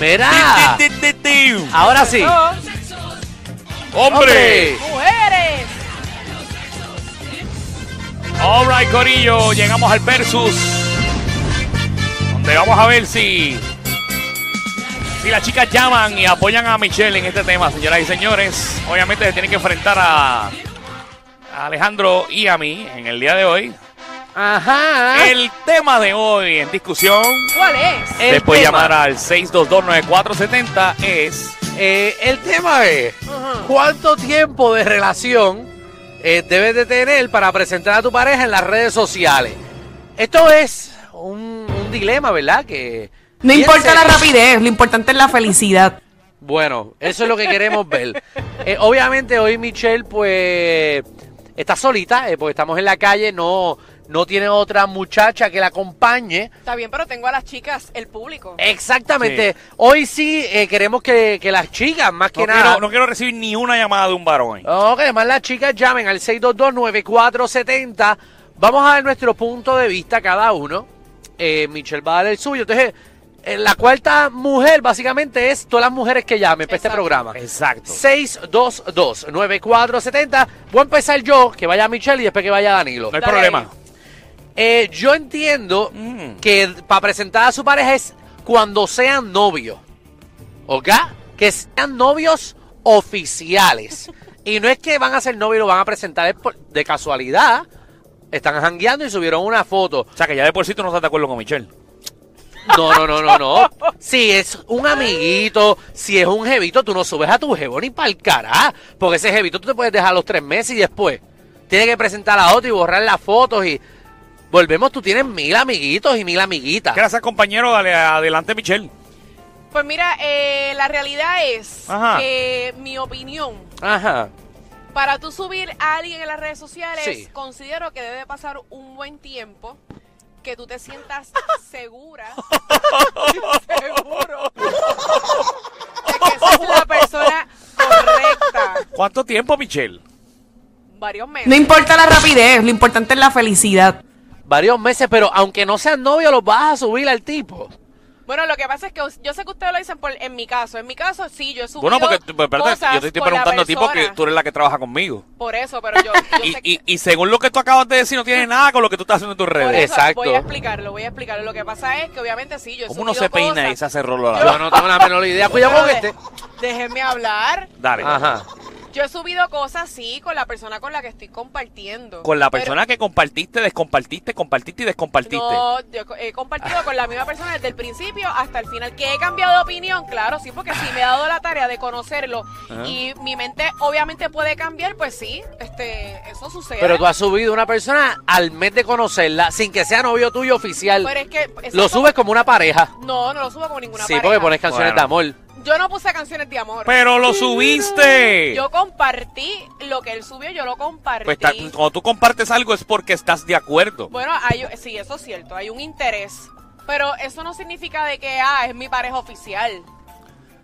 Mira, Ti, ti, ti, ti. ahora sí. ¡Hombre! ¡Mujeres! All right, Corillo, llegamos al versus. Donde vamos a ver si. Si las chicas llaman y apoyan a Michelle en este tema, señoras y señores. Obviamente se tienen que enfrentar a. a Alejandro y a mí en el día de hoy. Ajá. El tema de hoy en discusión. ¿Cuál es? El Después tema. llamar al 6229470 es. Eh, el tema es Ajá. cuánto tiempo de relación eh, debes de tener para presentar a tu pareja en las redes sociales. Esto es un, un dilema, ¿verdad? Que No importa piense- la rapidez, lo importante es la felicidad. Bueno, eso es lo que queremos ver. Eh, obviamente hoy Michelle pues está solita, eh, porque estamos en la calle, no, no tiene otra muchacha que la acompañe. Está bien, pero tengo a las chicas, el público. Exactamente. Hoy sí eh, queremos que, que las chicas, más que No nada... quiero, no quiero recibir ni una llamada de un varón. No, que además las chicas llamen al 622-9470. Vamos a ver nuestro punto de vista cada uno. Eh, Michelle va a dar el suyo. Entonces, eh, la cuarta mujer básicamente es todas las mujeres que llamen para este Exacto. programa. Exacto. 622-9470. Voy a empezar yo, que vaya Michelle y después que vaya Danilo. No hay Dale problema. Eh, yo entiendo Mm. que para presentar a su pareja es cuando sean novios. ¿Ok? Que sean novios oficiales. y no es que van a ser novios y lo van a presentar es por- de casualidad. Están jangueando y subieron una foto. O sea que ya de por sí tú no estás de acuerdo con Michelle. No, no, no, no, no. Si es un amiguito, si es un jevito, tú no subes a tu jevo ni para el cará. Porque ese jevito tú te puedes dejar los tres meses y después tiene que presentar a otro y borrar las fotos y... Volvemos, tú tienes mil amiguitos y mil amiguitas. Gracias, compañero. Dale adelante, Michelle. Pues mira, eh, la realidad es Ajá. que mi opinión, Ajá. para tú subir a alguien en las redes sociales, Sí. considero que debe pasar un buen tiempo, que tú te sientas segura, seguro, de que sos la persona correcta. ¿Cuánto tiempo, Michelle? Varios meses. No importa la rapidez, lo importante es la felicidad. Varios meses, pero aunque no sean novios, los vas a subir al tipo. Bueno, lo que pasa es que us- yo sé que ustedes lo dicen por, en mi caso. En mi caso, sí, yo he subido Bueno, porque tú- pues, espérate, cosas yo te estoy por la preguntando a ti porque persona. tú eres la que trabaja conmigo. Por eso, pero yo, yo Y, sé y, que... y según lo que tú acabas de decir, no tiene nada con lo que tú estás haciendo en tus por redes. eso, Exacto. Voy a explicarlo, voy a explicarlo. Lo que pasa es que obviamente sí, yo he ¿Cómo uno subido se peina y se cosas. hace rolo la Yo no tengo la menor idea. Cuidado con Pero este. de- Déjenme hablar. Dale. Ajá. Yo he subido cosas, sí, con la persona con la que estoy compartiendo. Con la Pero- persona que compartiste, descompartiste, compartiste y descompartiste. No, yo co- he compartido con la misma persona desde el principio hasta el final. Que he cambiado de opinión, claro, sí, porque sí me ha dado la tarea de conocerlo. Ajá. Y mi mente obviamente puede cambiar, pues sí, este, eso sucede. Pero tú has subido una persona al mes de conocerla sin que sea novio tuyo oficial. Pero es que exacto, Lo subes como una pareja. No, no lo subo con ninguna sí, pareja. porque pones Pues, canciones Bueno. de amor. Yo no puse canciones de amor. Pero lo este. subiste. Yo compartí lo que él subió, yo lo compartí. Pues ta- cuando tú compartes algo es porque estás de acuerdo. Bueno, hay, sí, eso es cierto, hay un interés. Pero eso no significa de que, ah, es mi pareja oficial.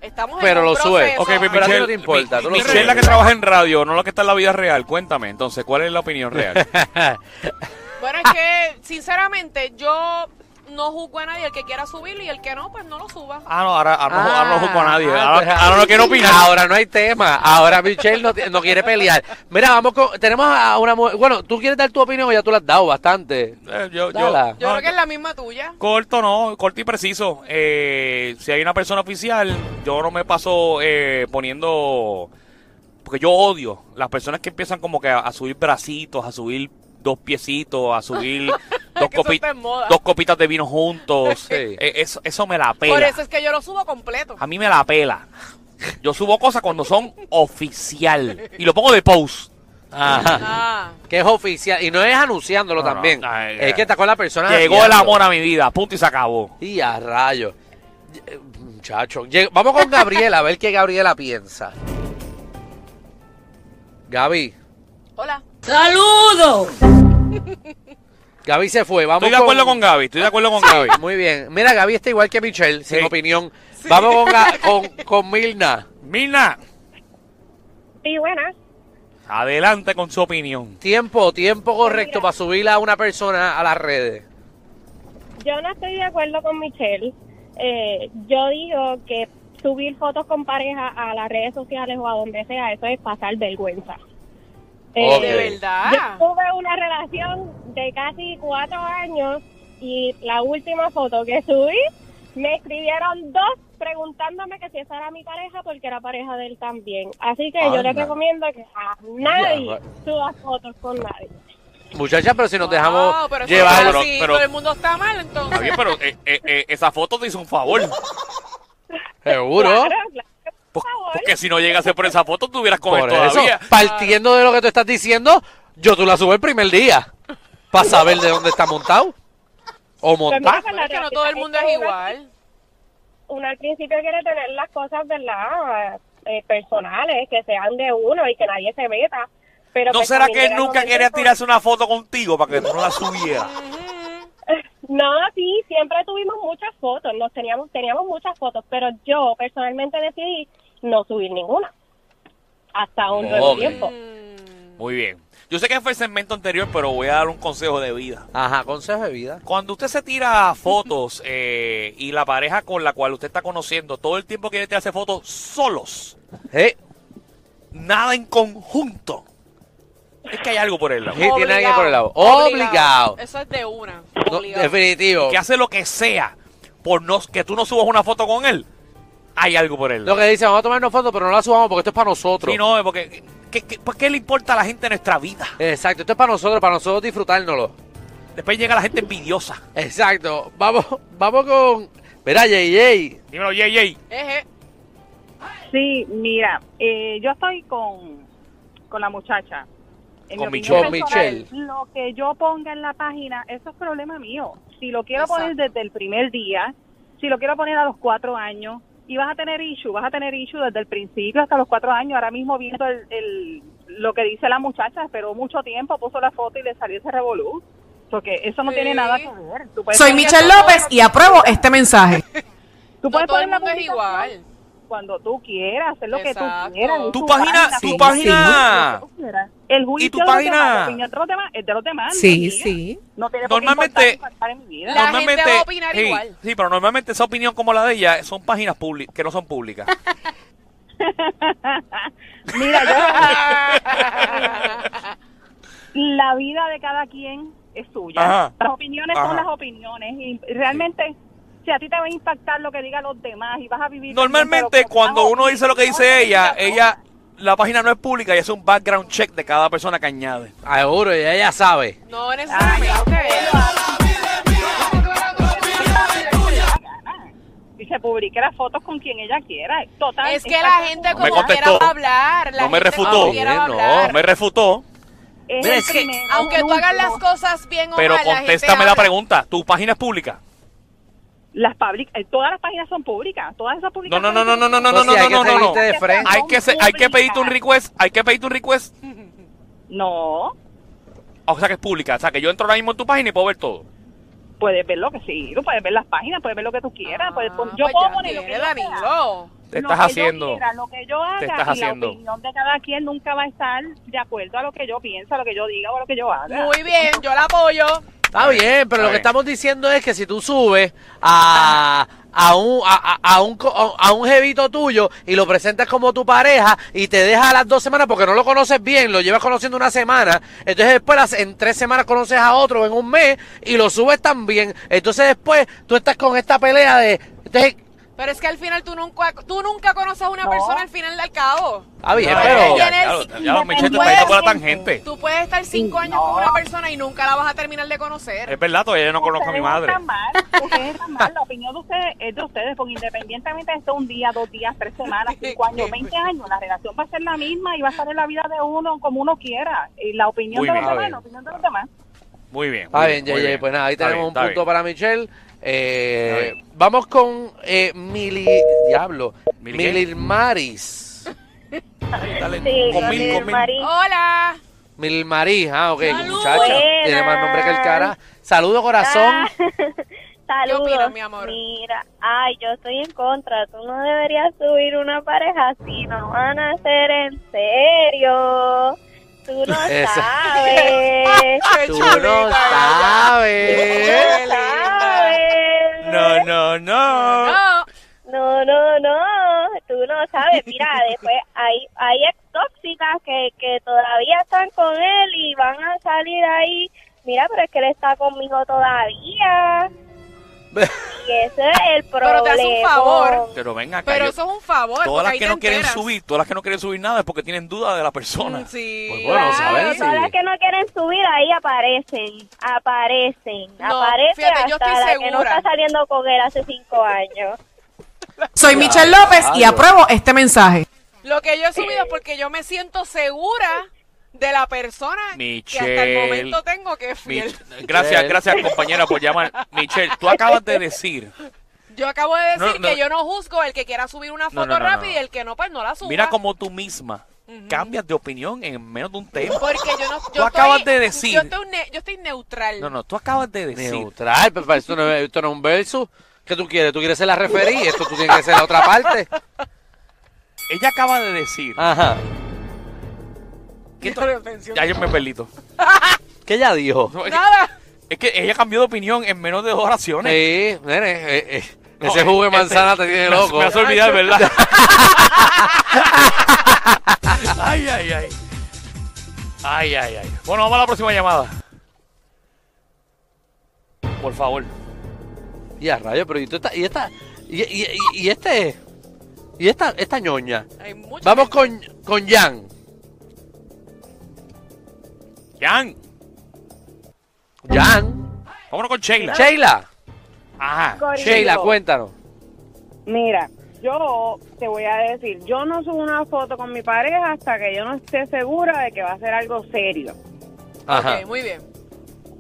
Estamos Pero en un lo sube. proceso. Ok, pues, pero a ti no te importa, Mi- tú lo Michelle sabes. la que trabaja en radio, no la que está en la vida real. Cuéntame, entonces, ¿cuál es la opinión real? Bueno, es que, sinceramente, yo no juzgo a nadie. El que quiera subirlo y el que no, pues no lo suba. ah, no, ahora, ahora no- ahora no juzgo a nadie. Ah, Ahora, pues, ahora no quiero opinar. Ahora no hay tema. Ahora Michelle no, ti- no quiere pelear. Mira, vamos con. Tenemos a una mujer. Bueno, tú quieres dar tu opinión, ya tú la has dado bastante. Eh, yo, yo- Dala. Yo no, creo que es la misma tuya. Corto, no, corto y preciso. Eh, si hay una persona oficial, yo no me paso eh, poniendo. Porque yo odio las personas que empiezan como que a, a subir bracitos, a subir dos piecitos, a subir dos, Que eso copi- está en moda. dos copitas de vino juntos. Sí. Eh, eso, eso me la pela. Ah. Por eso es que yo lo subo completo. A mí me la pela. Yo subo cosas cuando son oficial. Y lo pongo de post. Ajá. Ah, Que es oficial. Y no es anunciándolo No, no, también. no, eh, es que está con la persona. Llegó el jangueando. amor a mi vida, punto y se acabó. Y a rayos. Eh, Muchacho. Lleg- Vamos con Gabriela, a ver qué Gabriela piensa. Gaby. hola. Gaby se fue. Vamos Estoy de acuerdo con Gaby, estoy de acuerdo con Gaby. Muy bien. Mira, Gaby está igual que Michelle, sin Sí. opinión. Vamos con, Ga- con, con Milna. Mirna, Sí, buenas. adelante con su opinión. Tiempo, tiempo correcto para subir a una persona a las redes. Yo no estoy de acuerdo con Michelle. Eh, yo digo que subir fotos con pareja a las redes sociales o a donde sea, eso es pasar vergüenza. Eh, Ok. De verdad. Yo tuve una relación de casi cuatro años y la última foto que subí me escribieron dos preguntándome que si esa era mi pareja porque era pareja de él también. Así que yo les Anda. recomiendo que a nadie Ya, suba fotos con nadie. Muchachas, pero si nos Wow, dejamos Ah, pero eso llevar. está pero- así, pero- todo el mundo está mal, Está entonces. bien, pero eh, eh, eh, esa foto te hizo un favor. Seguro. Claro, claro, Por- por favor. Porque si no llegase por esa foto, tuvieras con él Por eso, Pues todavía. partiendo de lo que tú estás diciendo, yo tú la subo el primer día. Para saber de dónde está montado. O Pues montado. Bueno, mira, es que no Fernanda, todo el mundo es uno- igual. Uno al principio quiere tener las cosas, ¿verdad? Eh, personales, que sean de uno y que nadie se meta. Pero ¿No pues será también que él llega un nunca momento quería en- tirarse una foto contigo para que tú no la subieras? No, sí, siempre tuvimos muchas fotos, nos teníamos teníamos muchas fotos, pero yo personalmente decidí no subir ninguna. Hasta un nuevo Ok. tiempo. Muy bien. Yo sé que fue el segmento anterior, pero voy a dar un consejo de vida. Ajá, consejo de vida. Cuando usted se tira fotos eh, y la pareja con la cual usted está conociendo todo el tiempo quiere tirarse fotos solos, Eh, nada en conjunto, es que hay algo por el lado. Sí, tiene alguien Obligado, por el lado. Obligado. Eso es de una. no, Obligado. definitivo. Que hace lo que sea por no, que tú no subas una foto con él, hay algo por él. Lo que dice, vamos a tomarnos fotos, pero no la subamos porque esto es para nosotros. Sí, no, es porque ¿qué, qué, por qué le importa a la gente nuestra vida? Exacto, esto es para nosotros, para nosotros disfrutárnoslo. Después llega la gente envidiosa. Exacto. Vamos, vamos con. Mira, JJ. Dímelo, yey, yey. Eje. Sí, mira, eh, yo estoy con, con la muchacha. En Con mi opinión Michelle. personal, Lo que yo ponga en la página, eso es problema mío. Si lo quiero poner Exacto. desde el primer día, si lo quiero poner a los cuatro años, y vas a tener issue, vas a tener issue desde el principio hasta los cuatro años. Ahora mismo viendo el, el- lo que dice la muchacha, esperó mucho tiempo, puso la foto y le salió ese revolú. Porque eso no Sí. tiene nada que ver. Tú puedes Soy poner- Michelle López y apruebo este mensaje. tú No puedes todo el poner la mundo es publicación igual. cuando tú quieras, hacer lo Exacto. que tú quieras. es Tu página, tu tú página. El juicio tu de los página. demás, la opinión de los demás, es de los demás. no es mía. No tiene por qué Normalmente- importar ni faltar en mi vida. La gente va a opinar sí, igual. Sí, pero normalmente esa opinión como la de ella son páginas públicas que no son públicas. Mira, yo... la vida de cada quien es suya. Ajá. Las opiniones Ajá. son las opiniones. Y realmente, si a ti te va a impactar lo que digan los demás y vas a vivir... Normalmente cuando uno dice lo que dice ella, ella la página no es pública y hace un background check de cada persona que añade. Ah, Seguro, ella ya sabe. No necesariamente. Y se publique las fotos con quien ella quiera. Total. es que la impacta gente a como me quiera contestó. va a hablar. La No me gente refutó. como quiera va a Bien, no, hablar. No Oh, me refutó, Es Mira, el es que primero, Aunque el tú hagas las último. cosas bien o pero mal, la gente contéstame la habla. pregunta. ¿Tu página es pública? Las public- eh, todas las páginas son públicas. Todas esas publicaciones. no, no, no, no, no, son no, Entonces, públicas. no, hay que no, no, salirte no. de frente. Ay. Hay que se- hay que pedirte un request, hay que pedirte un request, No, o sea que es pública, o sea que yo entro ahora mismo en tu página y puedo ver todo. puedes ver lo que sí, tú puedes ver las páginas, puedes ver lo que tú quieras. Ah, puedes pon- yo pues puedo ya poner lo que tiene, yo quiera. Danilo. Te Lo estás que yo haciendo. quiera, lo que yo haga Te y estás haciendo. la opinión de cada quien nunca va a estar de acuerdo a lo que yo pienso, a lo que yo diga o a lo que yo haga. Muy bien, yo la apoyo. Está Está bien, bien, pero está lo que bien. estamos diciendo es que si tú subes a, a un a, a- a un co- a un jevito tuyo y lo presentas como tu pareja y te deja a las dos semanas porque no lo conoces bien, lo llevas conociendo una semana, entonces después las- en tres semanas conoces a otro en un mes y lo subes también, entonces después tú estás con esta pelea de entonces, Pero es que al final tú nunca, tú nunca conoces a una persona al final del cabo. Está bien, Ya, pero. ya, en el- ya, lo- ya lo- Michelle te está puedes- yendo por la tangente. Tú puedes estar cinco años con una persona y nunca la vas a terminar de conocer. Es verdad, todavía yo no conozco a mi Ustedes madre. están mal, ustedes están mal. La opinión de ustedes es de ustedes, porque independientemente de esto, un día, dos días, tres semanas, cinco años, 20 años, la relación va a ser la misma y va a estar en la vida de uno como uno quiera. Y la opinión Muy de los bien. demás, la opinión de los demás. Muy bien. Está muy bien, muy Yeye, pues nada, ahí Está tenemos bien, un está punto bien. para Michelle. Eh, Está bien. vamos con eh, Mili... Diablo. ¿Mili qué? Mililmaris. Dale, Sí, con con mil, el con mil. marido. Hola. Mililmaris, ah, ok, Saludos. muchacha. Tiene más nombre que el cara. Saludo, corazón. Ah, Saludos. ¿Qué opinas, mi amor? Mira, ay, yo estoy en contra. Tú no deberías subir una pareja así. No van a ser en serio. Tú no Esa. sabes. Tú no sabes. Qué Tú no linda. sabes. No, no, no. No. No, no, no, tú no sabes, mira, después hay, hay ex tóxicas que, que todavía están con él y van a salir ahí, mira, pero es que él está conmigo todavía. Y ese es el problema. Pero te hace un favor. Pero venga, acá. Pero yo- eso es un favor. todas porque las ahí que te no quieren enteras. subir, todas las que no quieren subir nada es porque tienen duda de la persona. Mm, Sí. Pues bueno, Claro, ¿sabes? todas las que no quieren subir ahí aparecen, aparecen, No, aparecen fíjate, yo hasta estoy la que no segura. está saliendo con él hace cinco años. Soy Michelle López y apruebo este mensaje. Lo que yo he subido es Eh. porque yo me siento segura de la persona que hasta el Michelle. momento tengo que es fiel. Mich- gracias, gracias compañera por llamar. Michelle, tú acabas de decir, Yo acabo de decir No, no. que yo no juzgo el que quiera subir una No, foto no, no, rápida no. y el que no, pues no la suba. mira como tú misma cambias de opinión en menos de un tema. Porque yo no. Yo Tú acabas estoy- de decir. Yo estoy, ne- yo estoy neutral. No, no, tú acabas de decir. Neutral, pero esto no, es- esto no es un verso. ¿Qué tú quieres? ¿Tú quieres ser la referí? Esto tú tienes que ser la otra parte. Ella acaba de decir. Ajá. que tú- ya yo me perlito. ¿Qué ella dijo? No, es, que, Nada. es que ella cambió de opinión en menos de dos oraciones. Sí, nene, eh, eh, No, ese jugo de este- manzana te tiene me- loco. Me has olvidado, ¿verdad? ay, ay, ay. Ay, ay, ay. Bueno, vamos a la próxima llamada. Por favor. Y a rayos, pero y tú esta- y esta, y, y, y- y este, y esta, esta ñoña. Hay mucha Vamos gente. con, con Jan. Jan, Jan. vámonos con Sheila. Sheila. Ajá. Sheila, cuéntanos. Mira, yo te voy a decir, yo no subo una foto con mi pareja hasta que yo no esté segura de que va a ser algo serio. Ajá. Ok, muy bien.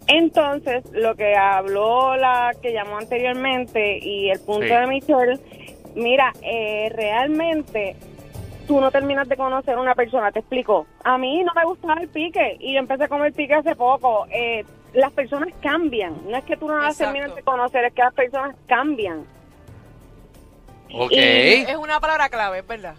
Entonces, lo que habló la que llamó anteriormente y el punto Sí. de Michelle, mira, eh, realmente tú no terminas de conocer una persona, te explico. A mí no me gustaba el pique y yo empecé a comer pique hace poco. Eh, las personas cambian, no es que tú no las Exacto. terminas de conocer, es que las personas cambian. Ok. ¿Eh? Es una palabra clave, es verdad.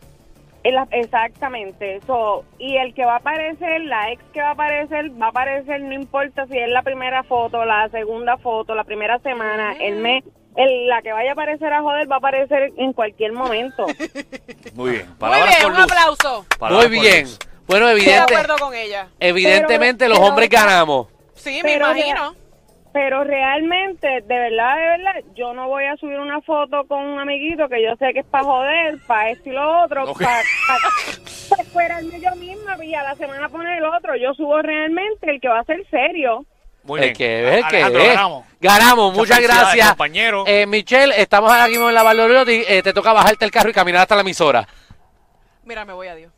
El- exactamente, eso. Y el que va a aparecer, la ex que va a aparecer, va a aparecer, no importa si es la primera foto, la segunda foto, la primera semana, el mes. el- la que vaya a aparecer a joder va a aparecer en cualquier momento. Muy bien. muy Palabras bien, con un luz. aplauso. Palabras Muy con bien. luz. Bueno, Estoy de evidente, acuerdo con ella. evidentemente Pero- los pero- hombres ganamos. Sí, me Pero de- imagino. Pero realmente, de verdad, de verdad, yo no voy a subir una foto con un amiguito que yo sé que es para joder, para esto y lo otro, Ok. para esperarme yo misma y a la semana poner el otro. Yo subo realmente el que va a ser serio. Muy El bien. que ve, el que Alejandro, ve. ganamos. Ganamos, muchas felicidades, gracias. compañero. Eh, Michelle, estamos aquí mismo en la Valorioti. Eh, te toca bajarte el carro y caminar hasta la emisora. Mira, me voy, adiós.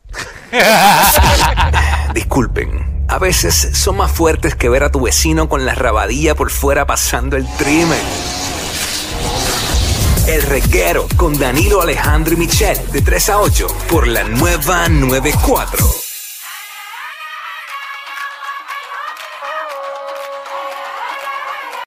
Disculpen, a veces son más fuertes que ver a tu vecino con la rabadilla por fuera pasando el trimen. El reguero con Danilo Alejandro y Michel de 3 a 8 por la nueva 94.